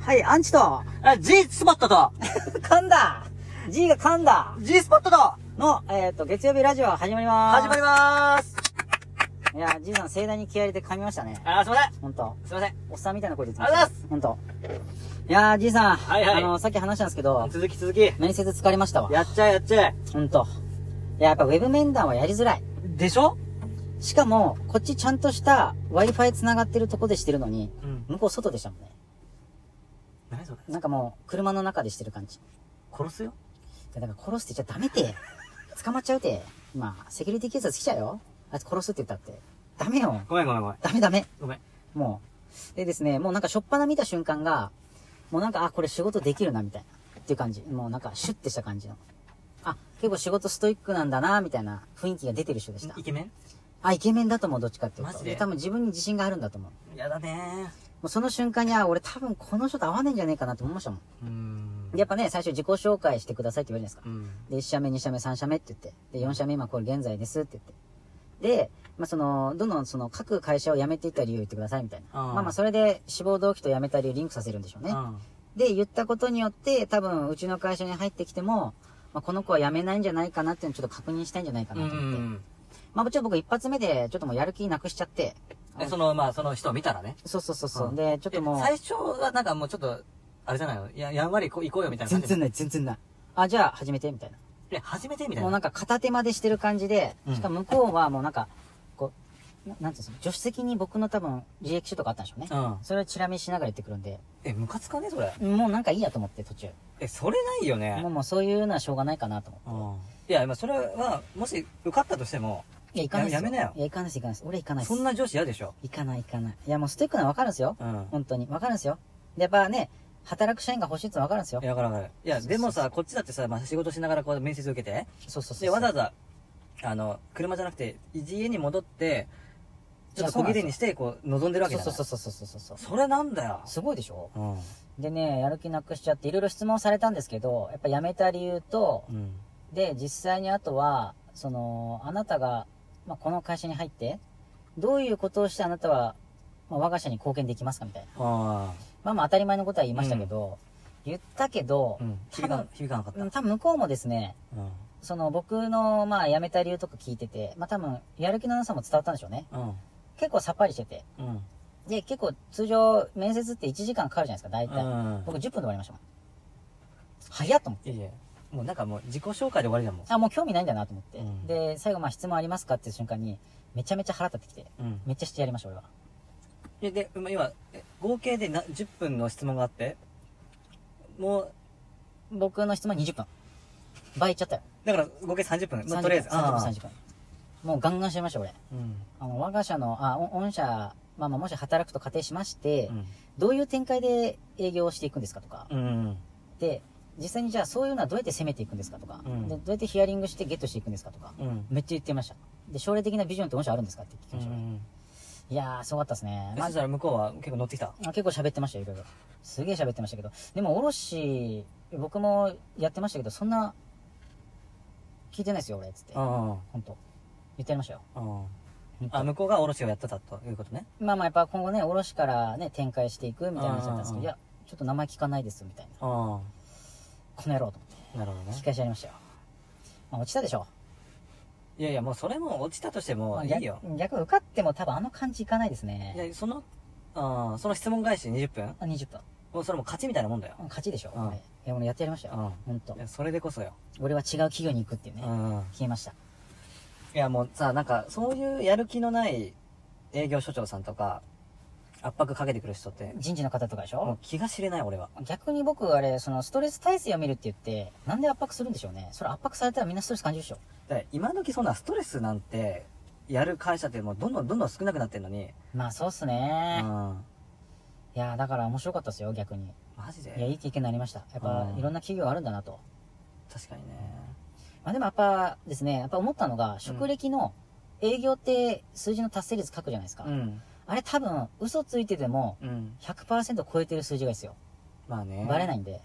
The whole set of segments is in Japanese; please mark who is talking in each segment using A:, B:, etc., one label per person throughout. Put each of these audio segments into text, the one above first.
A: はい、アンチと、
B: あ G スポットと、
A: 噛んだ !G が噛んだ
B: G スポットと、
A: の、えっ、と、月曜日ラジオ始まりまーす。
B: 始まりまーす。
A: いや、G さん盛大に気合入れて噛みましたね。
B: あー、すいません。
A: ほんと。
B: すいません。
A: おっさんみたいな声で言
B: ありがとう
A: ほんと。いやー、G さん。
B: はいはい
A: あの、さっき話したんですけど、
B: 続き続き。
A: 面接疲れましたわ。
B: やっちゃえやっちゃえ。
A: ほんと。いや、やっぱウェブ面談はやりづらい。
B: でしょ
A: しかも、こっちちゃんとした Wi-Fi 繋がってるとこでしてるのに、
B: うん。
A: 向こう外でしたもんね。
B: 何それ
A: なんかもう、車の中でしてる感じ。
B: 殺すよ。
A: いやだから殺してちゃダメて。捕まっちゃうて。まあ、セキュリティ警察来ちゃうよ。あいつ殺すって言ったって。ダメよ。
B: ごめんごめんごめん。
A: ダメダメ。
B: ごめん。
A: もう。でですね、もうなんかしょっぱな見た瞬間が、もうなんか、あ、これ仕事できるな、みたいな。っていう感じ。もうなんか、シュッてした感じの。あ、結構仕事ストイックなんだな、みたいな雰囲気が出てる人でした
B: イ。ケメン
A: あ、イケメンだと思う、どっちかっていうと。
B: マジで
A: 多分自分に自信があるんだと思う。も
B: やだね
A: うその瞬間に、あ、俺多分この人と合わないんじゃねえかなと思いましたもん。
B: ー。うーん
A: でやっぱね、最初自己紹介してくださいって言われるじゃないですかで、
B: う。ん。
A: 1社目、2社目、3社目って言って、で、4社目、今これ現在ですって言って。で、まあ、その、どんどんその、各会社を辞めていった理由を言ってくださいみたいな。
B: うん
A: まあまあ、それで志望動機と辞めた理由リンクさせるんでしょうね。
B: うん。
A: で、言ったことによって、多分、うちの会社に入ってきても、まあ、この子は辞めないんじゃないかなっていうのをちょっと確認したいんじゃないか
B: う
A: なと思って。
B: ん。
A: まあ、もちろん僕一発目で、ちょっともうやる気なくしちゃって。
B: え、その、まあ、その人を見たらね。
A: そうそうそうそう。
B: うん
A: で、ちょっともう
B: え、最初はなんかもうちょっと、あれじゃないのや、やんわりこ行こうよみたいな
A: 全
B: 感じ。
A: 然ない、全然ない。あ、じゃあ、始めて、みたいな。
B: え、初めてみたい
A: もう
B: な。
A: なんか片手までしてる感じで
B: う、ん
A: しかも向こうはもうなんか、こう、ななんていうんですか、助手席に僕の多分、履歴書とかあったんでしょうね。
B: うん。
A: それをチラ見しながら言ってくるんで、
B: え、ムカつかねそれ。
A: もうなんかいいやと思って途中。
B: え、それないよね
A: もう。もうそういうのはしょうがないかなと思って。
B: いや、まあ、それは、もし受かったとしても、
A: いや、行かないです
B: やめなよ
A: いや、行かないです、行かないです。俺行かないです。
B: そんな上司嫌でしょ。
A: 行かない、行かない。いや、もうストイックなの分かるんですよ。
B: うん。
A: 本当に。分かるんですよ。で、やっぱね、働く社員が欲しいっての分かるんですよ
B: い。や、わかるわかる。いや、でもさ、こっちだってさ、まあ、仕事しながらこう面接受けて、
A: そうそうそうそう。
B: で、わざわざ、あの、車じゃなくて、家に戻って、ちょっと小切れにして、こう、望んでるわけじゃ
A: そ
B: な
A: う
B: い
A: そうそうそうそうそうそう。
B: それなんだよ。
A: すごいでしょ
B: うん。
A: でね、やる気なくしちゃって、いろいろ質問されたんですけど、やっぱ辞めた理由と、
B: うん。
A: で、実際にあとは、その、あなたが、まあ、この会社に入って、どういうことをしてあなたは、まあ、我が社に貢献できますかみたいな。
B: あ
A: まあまあ当たり前のことは言いましたけど、言ったけど
B: あ。う、ん。響か、響かなかった。
A: うん多分向こうもですね、
B: うん。
A: その僕の、まあ辞めた理由とか聞いてて、まあ多分、やる気のなさも伝わったんでしょうね。
B: うん。
A: 結構さっぱりしてて。
B: うん。
A: で、結構通常、面接って1時間かかるじゃないですか、大体。
B: うん。
A: 僕10分で終わりましたもん。早っと思って。
B: いやいや、もうなんかもう自己紹介で終わりだもん。
A: あ、もう興味ないんだなと思って。
B: うん
A: で、最後、まあ質問ありますかっていう瞬間に、めちゃめちゃ腹立ってきて。
B: うん。
A: めっちゃしてやりました、俺は。
B: で、で、まあ今、え合計でな10分の質問があって、もう、
A: 僕の質問20分。倍いっちゃったよ。
B: だから合計30分。まあ、とりあえず。
A: 30分、
B: ああ
A: 30分。もうガンガンしてました、俺。
B: うん。
A: あの、我が社の、あ、お御社、まあまあ、もし働くと仮定しまして、
B: うん。
A: どういう展開で営業をしていくんですかとか。
B: うん。
A: で、実際にじゃあそういうのはどうやって攻めていくんですかとか。
B: うん
A: でどうやってヒアリングしてゲットしていくんですかとか。
B: うん。
A: めっちゃ言ってました。で、将来的なビジョンって御社あるんですかって聞き
B: う
A: ました。
B: ん。
A: いやー、すごかったですね。
B: そ
A: ま
B: したら向こうは結構乗ってきた。
A: あ、結構喋ってましたよ、いろいろ。すげえ喋ってましたけど。でも、卸、僕もやってましたけど、そんな、聞いてないですよ、俺、つって。
B: あ
A: ほんと。言ってやりましたよ。
B: あ。
A: ほんと
B: あ、向こうが卸をやってたということね。
A: まあまあ、やっぱ今後ね、卸からね、展開していくみたいな話だったんですけ
B: うん
A: ど、
B: うんうん
A: いや、ちょっと名前聞かないです、みたいな。
B: あ
A: この野郎と思って。
B: あ。なるほど
A: 聞
B: ね
A: き。返しやりましたよ。まあ、落ちたでしょ。
B: いやいや、もうそれも落ちたとして
A: ま
B: も
A: あ、
B: いいよ。
A: 逆逆受かっても多分あの感じいかないです
B: い
A: ね。
B: や、その、ああ、その質問返し20分
A: あ20分。
B: もうそれも勝ちみたいなもんだよ。
A: 勝ちでしょ。
B: うん
A: 俺いや、俺やってやりましたよ。
B: う
A: ほんと
B: い。や、それでこそよ。
A: 俺は違う企業に行くっていう
B: う
A: ね。
B: ん。
A: 消えました。
B: いや、もうさ、なんか、そういうやる気のない営業所長さんとか、圧迫かけてくる人って、
A: 人事の方とかでしょ
B: もう気が知れない俺は。
A: 逆に僕あれそのストレス耐性を見るって言ってなんで圧迫するんでしょうねそれ圧迫されたらみんなストレス感じるでしょ
B: だから今時そんなストレスなんて、やる会社ってもうどんどんどんどん少なくなってんのに、
A: まあそうっす
B: う
A: ね、い
B: ん。
A: やーだから面白かったですよ逆に
B: マジで
A: いやいい経験になりましたやっぱ
B: うん
A: いろんな企業あるんだなと、
B: 確かにね。
A: まあ、でもやっぱですねやっぱ思ったのが職歴の営業って数字の達成率書くじゃないですか、
B: ん。
A: あれ多分嘘ついてても
B: うん。
A: 100%超えてる数字がいいですよ
B: まあね。。
A: バレないいんでで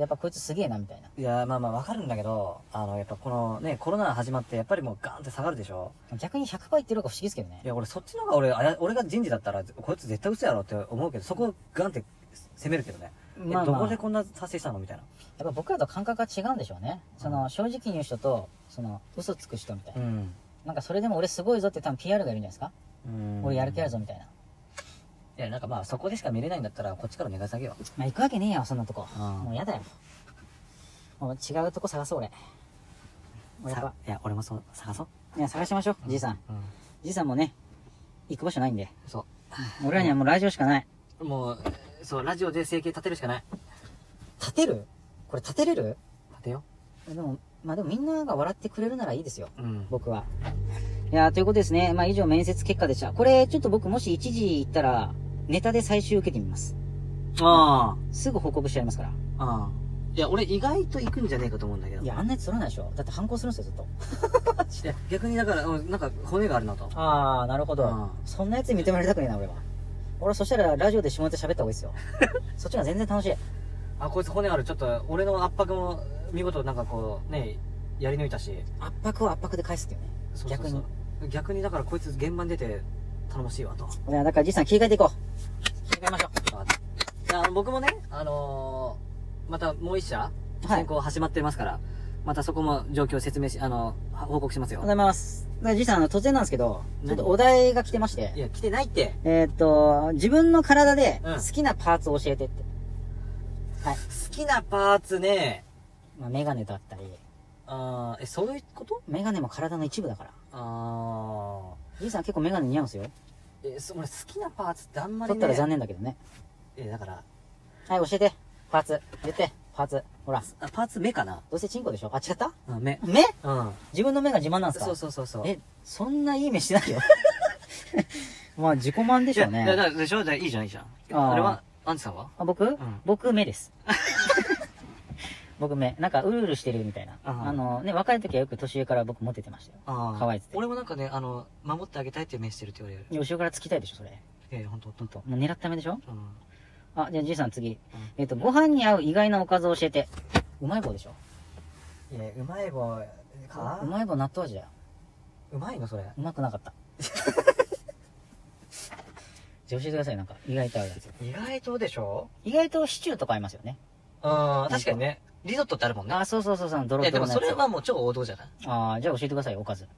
A: やっぱこいつすげえなみたいない
B: や、まあまあわかるんだけど、あの、やっぱこのね、コロナ始まってやっぱりもうガーンって下がるでしょ
A: 逆に100%いってる方が不思議ですけどね
B: いや、俺そっちの方が俺、あや俺が人事だったら、こいつ絶対嘘やろって思うけど、そこをガンって攻めるけどね。え
A: まあ、
B: ど
A: ま
B: こ
A: あ、や
B: で
A: っ
B: こんな達成したのみたいな
A: ぱ僕らと感覚が違うんでしょうね。その、正直に言う人と、その、嘘つく人みたいな。
B: ん、
A: なんかそれでも俺すごいぞって多分 PR がいるんじゃないですか、
B: うん、
A: 俺やる気あるぞみたいな。
B: いやなんかまあそこでしか見れないんだったらこっちから願い下げよう
A: まあ、行くわけねえよ、そんなとこ。
B: うん
A: もうやだよ。もう違うとこ探そう、俺。もうやっぱ
B: さ、いや俺もそう探そう
A: いや、探しましょう、じいさん。
B: うん
A: じいさんもね、行く場所ないんで。
B: そ
A: 俺らにはもうラジオしかない。
B: うもうそうラジオで生計立てるしかない
A: 立てるこれ立てれる
B: 立てよ
A: でも、まあでもみんなが笑ってくれるならいいですよ。
B: ううん
A: 僕は。いやーということですね。まあ以上面接結果でした。これ、ちょっと僕もし一時行ったら、ネタで最終受けてみます。
B: あ
A: すぐ報告しちゃいますから。
B: あああいや俺意外と行くんじゃねえかと思うんだけど
A: いや、あんなやつ取らないでしょ。だって反抗するんですよ、ずっ
B: いや逆にだからうんなんか骨があるなと
A: と。あー、なるほ
B: ど
A: そんなやつに認められたくねえな、俺は。俺はそしたらラジオで下ネタ喋った方がいいです よ。そっちの方が全然楽しい。
B: あこいつ骨あるちょっと俺の圧迫も見事なんかこうねやり抜いたし
A: 圧迫を圧迫で返すっていうね。
B: そうそうそう逆にだからこいつ現場に出て頼もしいわと
A: いや、だからじいさん切り替えていこう。切り替えましょ
B: いやあの僕もねあのーまたもう一社
A: い
B: 選考始まってますから、またそこも状況を説明しあのは報告します
A: う。お
B: よ
A: はようございます。だからじいさん、あの、突然なんですけど、ちょっとお題が来てまして
B: い。や来てないって
A: えーっと、自分の体で
B: うん
A: 好きなパーツを教えてって。
B: 好きなパーツね
A: まあ、メガネだったり、
B: あーえそういうこと
A: メガネも体の一部だから。
B: あ
A: じいさん結構メガネ似合うんですよ。
B: ーえそ俺好きなパーツってあんまり
A: 取
B: ね
A: ったら残念だけどね。
B: えだから
A: はい、教えて。パーツ。言って。パーツ。ほら。
B: あパーツ目かな
A: どうせチンコでしょあ、違った
B: うん目
A: 目
B: うん
A: 自分の目が自慢なんすか
B: そうそうそうそう
A: え、そんないい目してないよ。 まあ、自己満でしょう
B: いやいや
A: ね。
B: だからでしょじゃあいいじゃんいいじゃん
A: あー
B: あれはアンジさんは
A: あ僕、
B: ん
A: 僕、目です。 僕、目。なんか、うるうるしてるみたいな。
B: あー
A: あの、ね、若い時はよく年上から僕モテてましたよ。
B: ああ
A: 可愛いっつって
B: 俺もなんかねあの守ってあげたいっていう目してるって言われる
A: いや後ろからつきたいでしょ、それ。
B: ええほんとほんと
A: ともう狙った目でしょ
B: うん
A: あ、じゃあじいさん次。えっ、と、ご飯に合う意外なおかずを教えて。うまい棒でしょ
B: いやうまい棒か
A: うまい棒納豆味だよ。
B: うまいのそれ
A: うまくなか った。じゃあ教えてください、なんか。意外と合うやつ。
B: 意外とでしょ
A: 意外とシチューとか合いますよね。
B: ああ確かにねリゾットってあるもんね
A: あ、そうそうそうそう、ドロ
B: いや
A: ド
B: で
A: ロ
B: も
A: の
B: そ
A: やつ
B: れ。はもう超王道じゃない
A: あーじゃあ教えてください、おかず。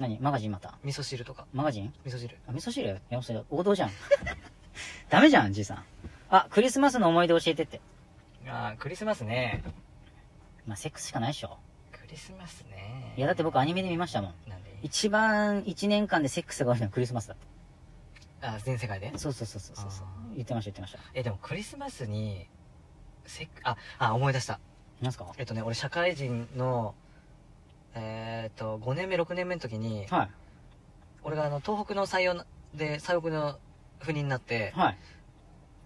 A: 何マガジンまた。
B: 味噌汁とか
A: マガジン
B: 味噌汁
A: あ、味噌汁いや、それ王道じゃん。 ダメじゃん、じいさん。あ、クリスマスの思い出教えてって。
B: ああクリスマスね
A: まあ、セックスしかないっしょ。
B: クリスマスね
A: いや、だって僕アニメで見ましたもん。
B: なんで
A: 一番一年間でセックスが多いのはクリスマスだって。
B: あ全世界で
A: そうそうそうそうそうそう
B: あ。
A: 言ってました言ってました。
B: えでもクリスマスにせっああ思い出した
A: なんすか
B: えっとね俺社会人のえーっと5年目6年目の時に
A: は
B: 俺があの東北の採用なで西北の赴任になって
A: い。、はい。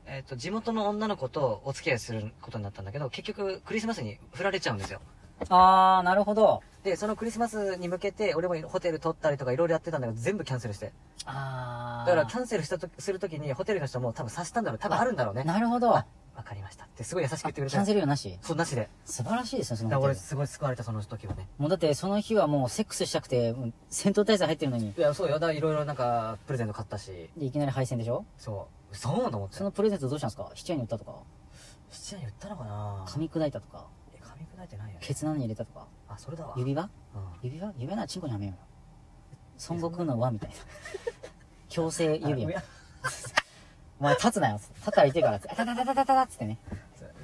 B: えっと地元の女の子とお付き合いすることになったんだけど結局クリスマスに振られちゃうんですよ
A: あー、なるほど。
B: でそのクリスマスに向けて俺もホテル取ったりとかいろいろやってたんだけど全部キャンセルして
A: あ
B: だ
A: ー。
B: からキャンセルしたとするときにホテルの人も多分察したんだろう多分あるんだろうね
A: なるほど。
B: わかりましたってすごい優しく言っ
A: キ
B: てくれ
A: ャ
B: た
A: ンセル料なし。
B: そうなしで
A: 素晴らしいですね、そ
B: だ
A: の
B: か
A: ホテ
B: ら俺
A: ル
B: すごい救われたその時はね
A: もうだってその日はもうセックスしたくて、もう戦闘態勢入ってるのに、
B: いやそうよだからいろいろなんかプレゼント買ったし
A: でいきなり敗戦でしょ
B: そうそうと思って
A: そのプレゼントどうしたんですか質屋に売ったとか
B: 七夜言ったのかな
A: 噛み砕いたとか
B: え噛み砕いてないよね
A: ケツなのに入れたとか
B: あそれだわ
A: 指輪
B: うん
A: 指輪指輪ならチンコにはめようよ。孫悟空の輪み たいな。強制指輪。お前立つなよ。立ったら痛いからっつって、あたたたたたたっつってね。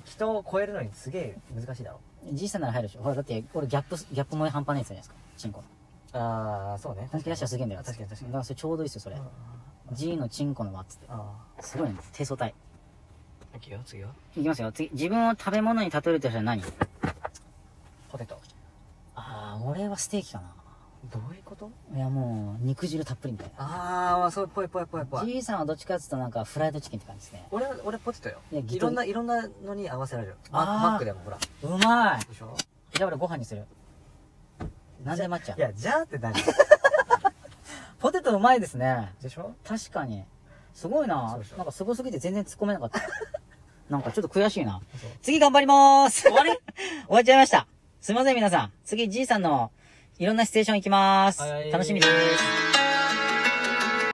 B: 人を超えるのにすげえ難しいだろ
A: じいさんなら入るでしょ。ほら、だって、俺ギャップ、ギャップ萌え半端ないやつじゃないですか。チンコの。
B: ああそうね
A: 本気出したらすげえんだよ。
B: 確かに確か
A: だ
B: に
A: からそれちょうどいいっすよ、それ
B: うん。
A: G のチンコの輪っつって。
B: あ
A: すごいね。低素体。
B: あいくよ次よ
A: いきますよ。次、自分を食べ物に例えるとしたら何
B: ポテト
A: あー、俺はステーキかな。
B: どういうこと
A: いや、もう、肉汁たっぷりみたい
B: ああそうぽいぽいぽいぽ
A: な。
B: い
A: じいさんはどっちかっつうとなんか、フライドチキンって感じですね。
B: 俺は俺ポテトよ
A: いやギ
B: い
A: ト
B: ろんないろんなのに合わせられる
A: あー
B: ママックでもほらで
A: うまい
B: しょ
A: じゃあ俺ご飯にする。なんで抹茶
B: いやじゃあって何
A: ポテトうまいですね。
B: でしょ
A: 確かに。すごいな
B: そうでし。ょ
A: なんかすごすぎて全然突っ込めなかった。 なんかちょっと悔しいな
B: そう。
A: 次頑張りまーす。 終わり終わっちゃいました。すいません皆さん。次じいさんのいろんなシチュエーション行きまーす
B: はい。
A: 楽しみでーす。